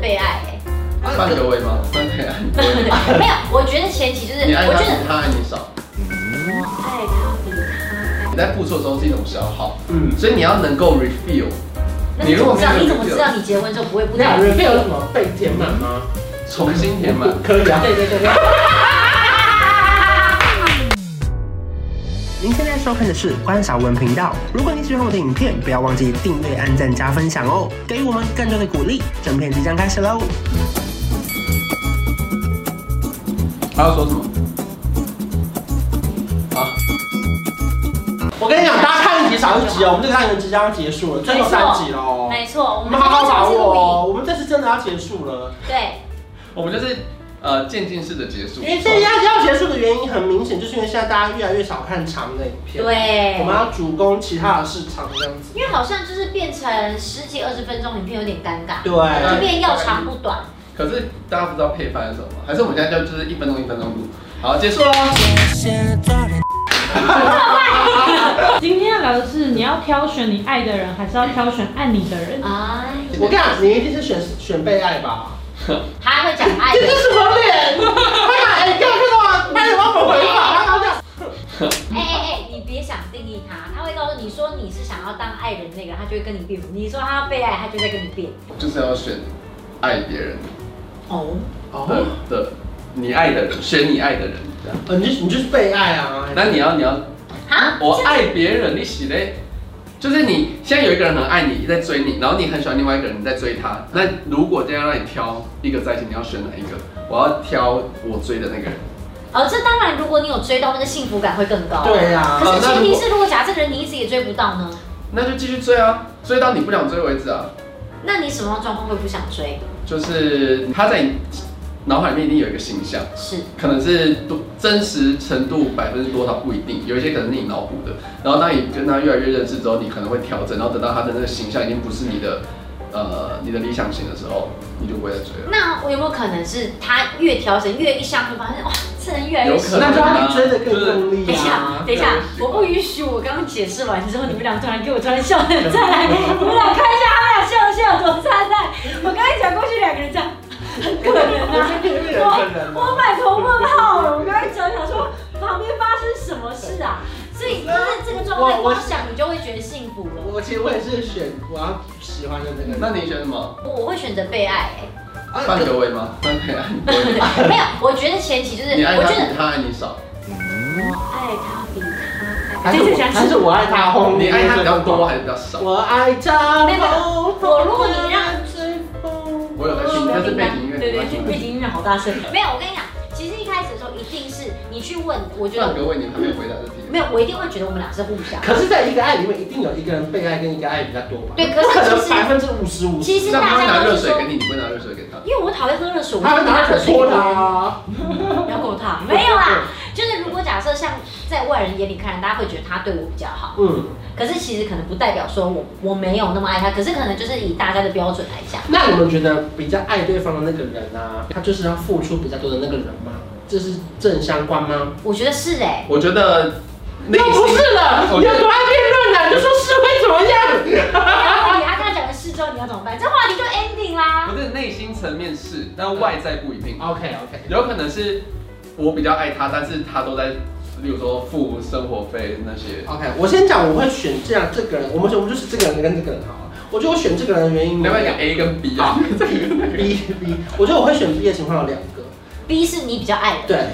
被爱、 欸。范德伟吗？范德伟，没有，我觉得前提就是，你爱我他觉比得他爱你少，爱他比他你在付出的时候是一种消耗，嗯，所以你要能够 refill。爱。你如果没有那你怎么 refill 知道？你怎么知道你结婚之后不会不那太 refill 什么被填满吗？重新嗯填 满。可以啊，对对对对。您现在收看的是关少文频道。如果你喜欢我的影片，不要忘记订阅、按赞、加分享哦，给予我们更多的鼓励。整片即将开始喽！他要说什么？啊，我跟你讲，大家看一集少一集哦，我们这个单元即将要结束了，真有三集喽。没错，我我们们好好把这个握哦，礼，我们这次真的要结束了，对，我们就是呃渐进式的结束因。为这要要结束的原因很明显，就是因为现在大家越来越少看长的影片，，对，我们要主攻其他的市场这样子。因为好像就是变成十几二十分钟影片有点尴尬，对就变要长不 短。可是大家不知道配方是什么，还是我们现在就就是一分钟一分钟录。好，结束喽。今天要聊的是，你要挑选你爱的人，还是要挑选爱你的人？哎，我跟你讲，你一定是选选被爱吧？他会讲爱你的这。什么脸？哎呀，你刚刚看到吗？他有帮我回话，他讲哎哎哎，你别想定义他，他会告诉你说你是想要当爱人那个人，他就会跟你辩驳；你说他要被爱，他就在跟你辩。就是要选爱别人哦，的哦，的，你爱的人，选你爱的人。这样呃你就是你就是被爱啊。那你要你要，啊，我爱别人，你洗嘞。就是你现在有一个人很爱你，在追你，然后你很喜欢另外一个人，你在追他。那如果今天让你挑一个在一起，你要选哪一个？我要挑我追的那个人。哦，这当然，如果你有追到，那个幸福感会更高。。啊对啊呀可，是前提是，如果假设人你一直也追不到呢？那就继续追啊，追到你不想追为止啊。那你什么样状况会不想追？就是他在你脑海里面一定有一个形象，是可能是多真实程度百分之多少不一定，有一些可能是你脑补的。然后当你跟他越来越认识之后，你可能会调整，然后等到他的那个形象已经不是你的呃你的理想型的时候，你就不会再追了。那我有没有可能是他越调整越一相处，发现哇，哦这人越来越有可喜能啊那欢就我。要你追的更用力等一下啊，。等一下，我不允许我刚刚解释完之后，你们俩突然给我突然笑得很灿烂。你们俩看一下，他俩笑得笑得多灿烂。我刚才讲过去两个人这样，很可怜啊。我我满头问号了。我刚才讲想说旁边发生什么事啊？所以就是这个状态，我我光想你就会觉得幸福了。我其实我也是选我要喜欢的那个人。那你选什么？我我会选择被爱、 欸啊范德伟吗？范德伟，没有，我觉得前提就是，你爱我他觉比得他爱你少，爱他比他爱。还是我还是我爱他轰你爱他比较多还是比较少？我爱他轰我如果你让追风我有在听，但是背景音乐对对没对，关背系。景音乐好大声。没有，我跟你讲，其实一开始的时候一定是你去问，我觉范得德伟，你还没有回答这题。没有，我一定会觉得我们俩是互相。可是，在一个爱里面，一定有一个人被爱跟一个爱比较多吧？对不可可是其能实百分之五十五。其实那他大会拿家都热是水说给，你，你不会拿热水给他。因为我讨厌喝热水，我就他会拿热水水泼给他他。啊。然后我他没有啦，就是如果假设像在外人眼里看，大家会觉得他对我比较好，嗯，可是其实可能不代表说我我没有那么爱他，可是可能就是以大家的标准来讲，那你们觉得比较爱对方的那个人啊，他就是要付出比较多的那个人吗？这是正相关吗？我觉得是哎、 我觉得内那不心是了，我你有多爱辩论呢？你就说是会怎么样？然后你他跟他讲的是之后，你要怎么办？这话题就 ending 啦。不是内心层面是，但外在不一定。 OK OK，有可能是我比较爱他，但是他都在，例如说付生活费那些。 OK，我先讲，我会选这样这个人，我们我们就是这个人跟这个人好了。我觉得我选这个人的原因你要有不要两讲 A 跟 B 啊？ B B，我觉得我会选 B 的情况有两个， B 是你比较爱的，对，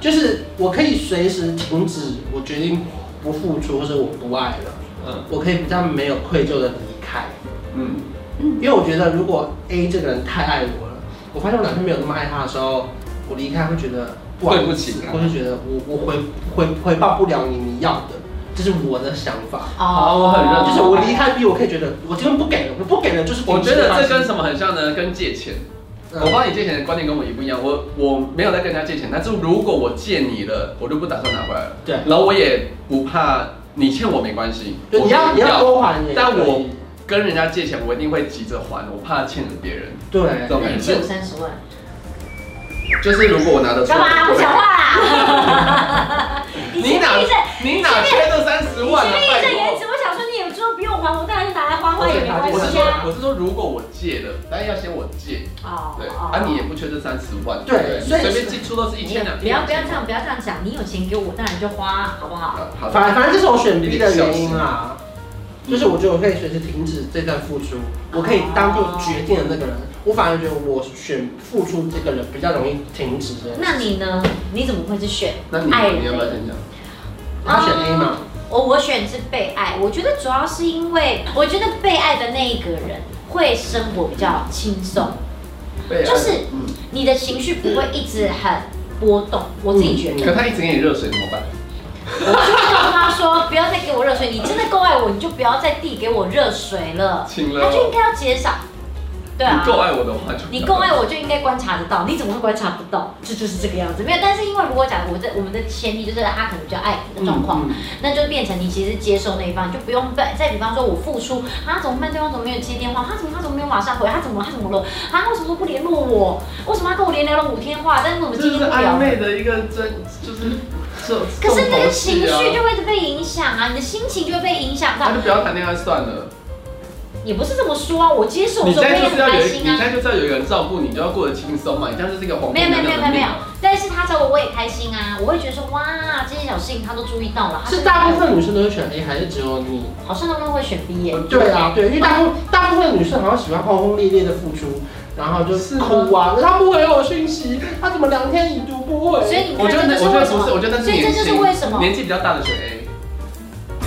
就是我可以随时停止，我决定不付出或者我不爱了，嗯我可以比较没有愧疚的离开，嗯，因为我觉得如果 A 这个人太爱我了，我发现我哪天没有那么爱他的时候，我离开会觉得不好对不意起啊他思，我就觉得我我回回回报不了你你要的，这是我的想法。哦好我很认同就是我离开 B，我可以觉得我今天不给了，我不给了就是。我觉得这跟什么很像呢？跟借钱。嗯我帮你借钱的观念跟我一不一样，我我没有在跟人家借钱，但是如果我借你了，我就不打算拿回来了。对然后我也不怕你欠我没关系，对我嗯你要可以你要多还也可以，但我跟人家借钱，我一定会急着还，我怕欠了别人。对这种那感你觉欠我三十万，就是如果我拿得出来干嘛不讲话啦？你哪一阵，你哪缺这三十你万啊？前面一拜阵托言辞，我想说你有之后不用还，我当然是拿来还还爱也没关我是系说啊。我是说如果我借了，但要先我借，哦对，哦啊你也不缺这三十万，对你所以随便寄出都是一你千两千，不要不要这样，不要这样讲。你有钱给我，当然就花，好不好？啊，好反的，反正这是我选 B 的原因啦，就是我觉得我可以随时停止这段付出，我可以当做决定的那个人。我反而觉得我选付出这个人比较容易停止这样。那你呢？你怎么会是选那你爱你要人不要类？先讲？他选 A 嘛，哦我我选是被爱，我觉得主要是因为我觉得被爱的那一个人会生活比较轻松，对啊就是嗯，你的情绪不会一直很波动。我自己觉得，可他一直给你热水怎么办？嗯我跟他说不要再给我热水，你真的够爱我，你就不要再递给我热水了，请了他就应该要减少。对啊，你够爱我的话就你够爱我就应该观察得到，你怎么会观察不到？这就是这个样子。没有，但是因为如果讲我这我们的前提就是他可能比较爱你的状况，嗯，那就变成你其实接受那一方，你就不用再再比方说我付出，啊怎么办？对方怎么没有接电话？他啊怎么他怎么没有马上回？他怎么他怎么了？啊为什么都不联络我？为啊什么他跟我连聊了五天话？但是我们这今天是不暧聊？昧的一个真，就是这。可是这个情这绪种东西啊就会被影响啊，你的心情就会被影响到那。就不要谈恋爱算了。也不是这么说啊，我接受你我说我现在也就是很要有开一，心你啊现。在就是要有一个人照顾你，就要过得轻松嘛。你这样就是一个黄没有没有没有没有没有有，，但是他找我我也开心啊，我会觉得说哇，这些小事情他都注意到了，啊他是大部分女生都会选 A，还是只有你？好像他们会选 B 耶，对啊，对，因为大部大部分女生好像喜欢轰轰烈烈的付出，然后就是是吗哭啊，他不回我讯息，他怎么两天已读不回？所以你我看觉得这那就是我觉为得什不么，是，我觉得那是所以年这纪就是为什么年纪比较大的选 A。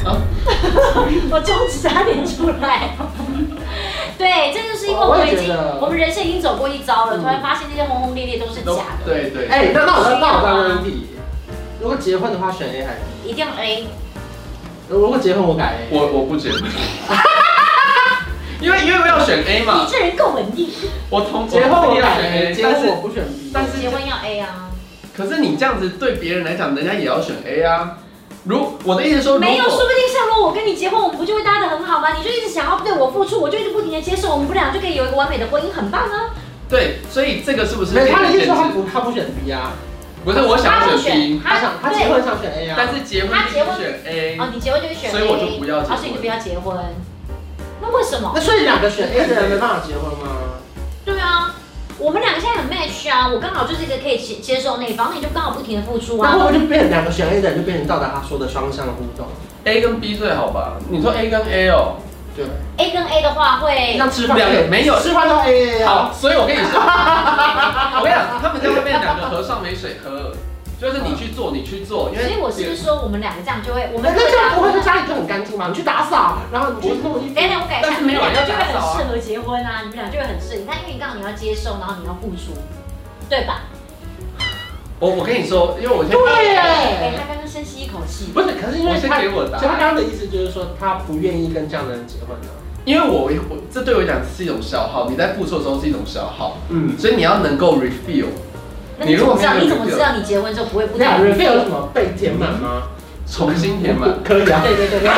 啊，我中指差点出来。 对，这就是因为我我们也已觉经得我们人生已经走过一遭了，嗯突然发现这些轰轰烈烈都是都假的，对对。哎、那那我再那我再问一题，如果结婚的话选 A 还是？一定要 A。如果结婚我改 A，我我不结婚， 因为因为我要选 A 嘛你，这人够文艺，我同结婚我要改选 A， A，结但婚是我不选 B。但是结婚要 A 啊，可是你这样子对别人来讲，人家也要选 A 啊。如我的意思说，如没有，说果不定像如果我跟你结婚，我们不就会搭得很好吗？你就一直想要对我付出，我就一直不停的接受，我们不俩就可以有一个完美的婚姻，很棒啊。对，所以这个是不是没有，他的意限制思是？他不他不选 B 啊，不是，我想他要会选 B，选，他想他结对婚想选 A 啊，但是结婚他结婚是选 A，哦，你结婚就会选 A，所以我就不要结婚啊所以你不要结婚，那为什么那？所以两个选 A 的人没办法结婚吗？对啊，我们两个现在很 match 啊，我刚好就是一个可以接接受那一方，那你就刚好不停的付出那会不啊。会就变成两个选 A 的人就变成到达他说的双向互动？ A 跟 B 最好吧？你说 A 跟 A 哦，对， A 跟 A 的话会，像吃饭两个没有吃饭都 A A 啊好，，所以我跟你 说，我跟你讲，他们在外面两个和尚没水喝，就是你去做，你去做，因所为以我是不是说我们两个这样就会，我那们那这样不会在家里就很干净吗？你去打扫，然后你去弄衣服等。等我改一但下，是你没有们两人个就要会打扫啊很适合结婚啊，你们俩就会很适合。你看，因为你刚好你要接受，然后你要付出，对吧？我我跟你说，因为我先对哎，耶，他刚刚深吸一口气，不是，可是因我为先他，给我答啊所以他案。刚刚的意思就是说他不愿意跟这样的人结婚啊。因为我我这对我来讲是一种消耗，你在付出的时候是一种消耗，嗯，所以你要能够 refill。那你怎么知道？你你如怎么果没有知道你结婚之后不会不那太 refill 有什么被填满吗？重新填满。 可以啊，对对对对。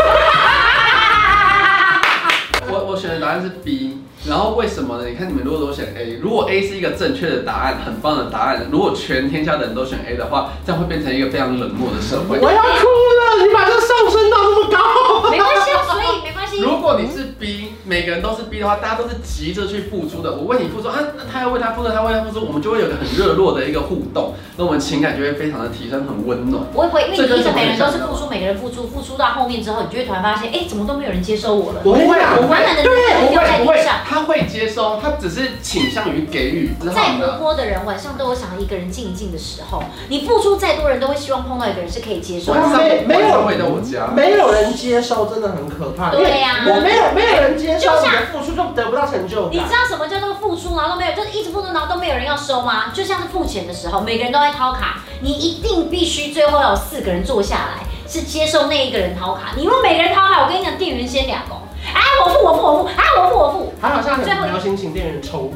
我我选的答案是 B，然后为什么呢？你看你们如果都选 A，如果 A 是一个正确的答案，很棒的答案，如果全天下的人都选 A 的话，这样会变成一个非常冷漠的社会我。要哭了，你把这上升到这么高。没关系啊，所以没关系。如果你是 B，每个人都是 B 的话，大家都是急着去付出的。我为你付出啊，那他要为他付出，他为他付出，我们就会有一个很热络的一个互动，那我们情感就会非常的提升，很温暖。我也会，因为这你一跟什直么每人都很是像付出，每个人付出，付出到后面之后，你就会突然发现，哎，怎么都没有人接收我了。不会啊满满的对，能量不丢会在不地会上，。他会接收，他只是倾向于给予。只是再好活呢泼的人，晚上都有想一个人静一静的时候。你付出再多人都会希望碰到一个人是可以接受晚的。上没没有晚上会在我家。 没有人接受，真的很可怕。对呀因为我没有没有人接受，就你像的付出就得不到成就你感知。道什么叫做付出，然后都没有，就是一直付出，然后都没有人要收吗？就像是付钱的时候，每个人都在掏卡，你一定必须最后要有四个人坐下来，是接受那一个人掏卡。你如果每个人掏卡，我跟你讲，店员先两哦，啊，我付，我付，我付，啊，我付，我付。还好像很最后流行请店员抽，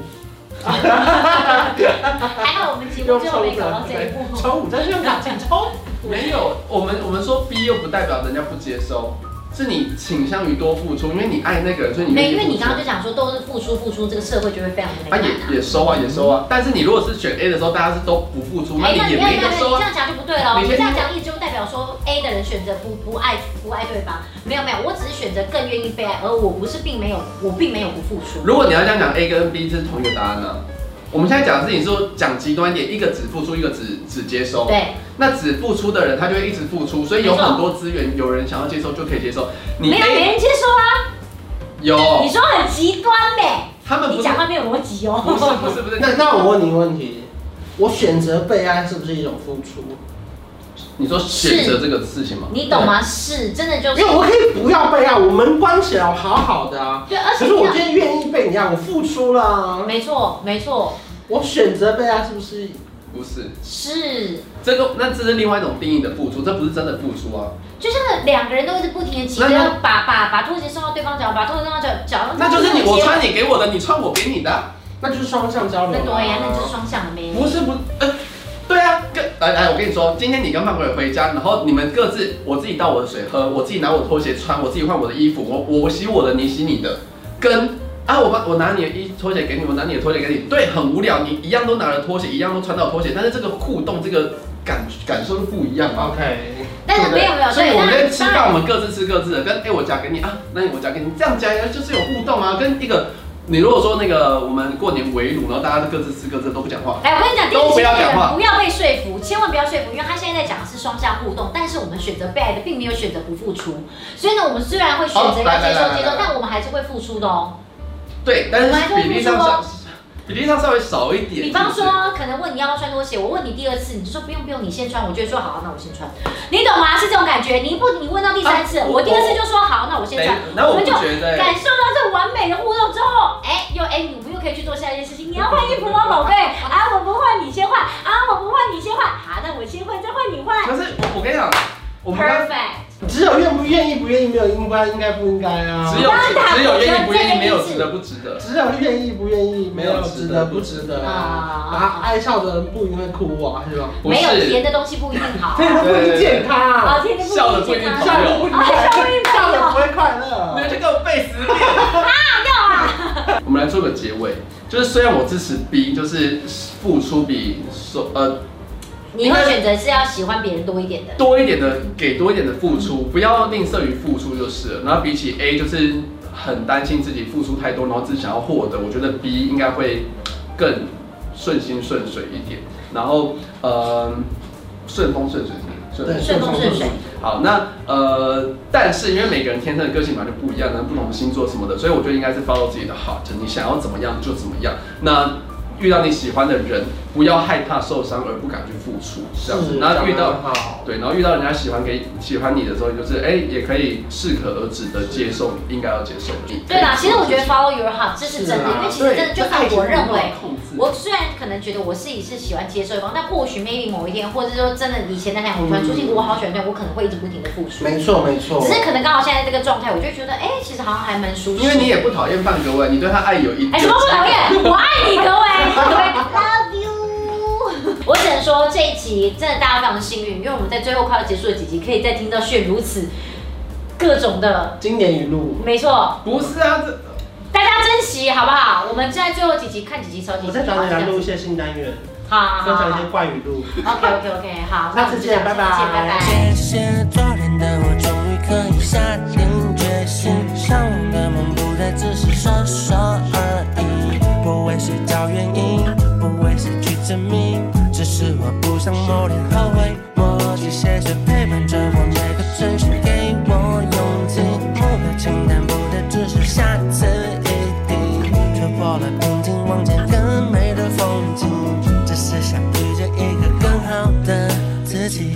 还好我们节目最后没搞到这一 步。抽五张信用卡，请抽。没有，我们我们说 B 又不代表人家不接收，是你倾向于多付出，因为你爱那个人，所以你没，因愿为意付你出刚刚就讲说都是付出付出，这个社会就会非常的美啊满啊。也也收啊也收啊，但是你如果是选 A 的时候，大家是都不付出，那哎，那你你也不要不没要，得你收这啊。样讲就不对了。你你先这样讲意思就代表表说 A 的人选择不不爱不爱对方，没有没有，我只是选择更愿意被爱，而我不是并没有我并没有不付出。如果你要这样讲，A 跟 B 是同一个答案呢、我们现在讲的事情是说讲极端一点，一个只付出，一个只只接收。对，那只付出的人，他就会一直付出，所以有没错很多资源，有人想要接受就可以接受。你没有没 A 哦人接受啊，有你，说很极端呗，他们不你是讲话没有逻辑不是哦。不是不是，那 那那我问你一个问题，我选择被爱是不是一种付出？你说选择这个事情吗？你懂吗？是真的就因是为我可以不要被爱，我门关起来，我好好的啊。对，而且可是你我要今天愿意被你爱，我付出了啊，没错没错我选择被爱是不是？不是，是。这个那这是另外一种定义的付出，这不是真的付出啊。就像两个人都一直不停的急着那那要把把把拖鞋送到对方脚，把拖鞋送到脚脚，那就是你我穿你给我的，你穿我给你的啊。那就是双向交流、那啊。对呀，那就是双向的没。不是不是，呃，对啊，跟来来，我跟你说，今天你跟范鬼回家，然后你们各自，我自己倒我的水喝，我自己拿我拖鞋穿，我自己换我的衣服，我我我洗我的，你洗你的，跟啊，我把我拿你的衣拖鞋给你，我拿你的拖鞋给你，对，很无聊，你一样都拿了拖鞋，一样都穿到拖鞋，但是这个互动这个感感受是不一样啊。 OK。但是对不对没有没有，所以对我们当在然吃当然饭，我们各自吃各自的，跟哎、我夹给你啊，那我夹给你，这样夹就是有互动啊，跟一个你如果说那个我们过年围炉，然后大家各自吃各自的都不讲话，哎，我跟你讲，第都一不要线的讲话人不要被说服，千万不要说服，因为他现在在讲的是双向互动，但是我们选择被爱的，并没有选择不付出。所以呢，我们虽然会选择好要来接来受来接受来，来但我们还是会付出的哦。对，但是比例上我还稍比例上稍微少一点。比方是不哎是，说，可能问你要不要穿拖鞋，我问你第二次，你就说不用不用，你先穿，我就会说好、那我先穿，你懂吗？是这种感觉。你不，你问到第三次，啊我我第二次就说好，那我先等一穿下，那我我们不就觉得感受到这完美的互动之后，哎、又哎、你们又可以去做下一件事情。你要换衣服吗，哦宝贝？啊，我不换，你先换。啊，我不换，你先换。好、那我先换，再换你换。可是我我跟你讲，我们刚 Perfect，只有愿不愿意，不愿意没有应该，应该不应该啊。只有只有愿意不愿意，没有我觉值得得不值得。只有愿意不愿意，没有值得不值得啊！啊啊，爱笑的人不一定会哭啊，是吧？不没有是甜的东西不一定好 所以。他不一定健康啊，啊，甜的不一笑得定不一健康。定好笑的不一定快啊笑不乐一定，笑的不会快乐你。们就给我 背死脸啊！我们来做个结尾，就是虽然我支持 B，就是付出比收呃你会选择是要喜欢别人多一点的。多一点的给多一点的付出，不要吝啬于付出就是了。然后比起 A，就是很担心自己付出太多，然后只想要获得，我觉得 B 应该会更顺心顺水一点，然后呃顺风顺水是不是，顺风对顺风顺水。好，那呃，但是因为每个人天生的个性本来就不一样，然后不同的星座什么的，所以我觉得应该是 follow 自己的 heart，你想要怎么样就怎么样。那遇到你喜欢的人，不要害怕受伤而不敢去付出，这样子。啊那遇到好，对，然后遇到人家喜欢给喜欢你的时候，就是哎、也可以适可而止的接受你应该要接受的。对啦，其实我觉得 follow your heart 这是真的，是啊因为其实真的就算我认为。控制我虽然可能觉得我自己是喜欢接受一方，但或许 maybe 某一天，或者说真的以前的那样，我突然出现我好喜欢对，我可能会一直不停的付出。没错没错只。是可能刚好现在这个状态，我就觉得，哎、其实好像还蛮舒适。因为你也不讨厌范格文，你对他爱有一哎、什么不讨厌？我爱你，各位，各位，love you。我只能说这一集真的大家非常幸运，因为我们在最后快要结束的几集，可以再听到炫如此各种的，经典语录，没错，不是啊，这大家珍惜好不好？我们在最后几集看几集收集。我在找啊你来录一些新单元，好好分好享一好些怪语录。 ，OK OK OK，好，下次见拜拜下次见拜拜。谢谢做人的我，终于可以下定决心，向往的梦不再只是说说而已。不为谁找原因，不为谁去证明，只是我不想某天后悔莫及。谢谢陪伴着我每个晨曦，给我勇气。目标清单不再只是下次一定，突破了瓶颈，望见更美的风景，只是想遇见一个更好的自己。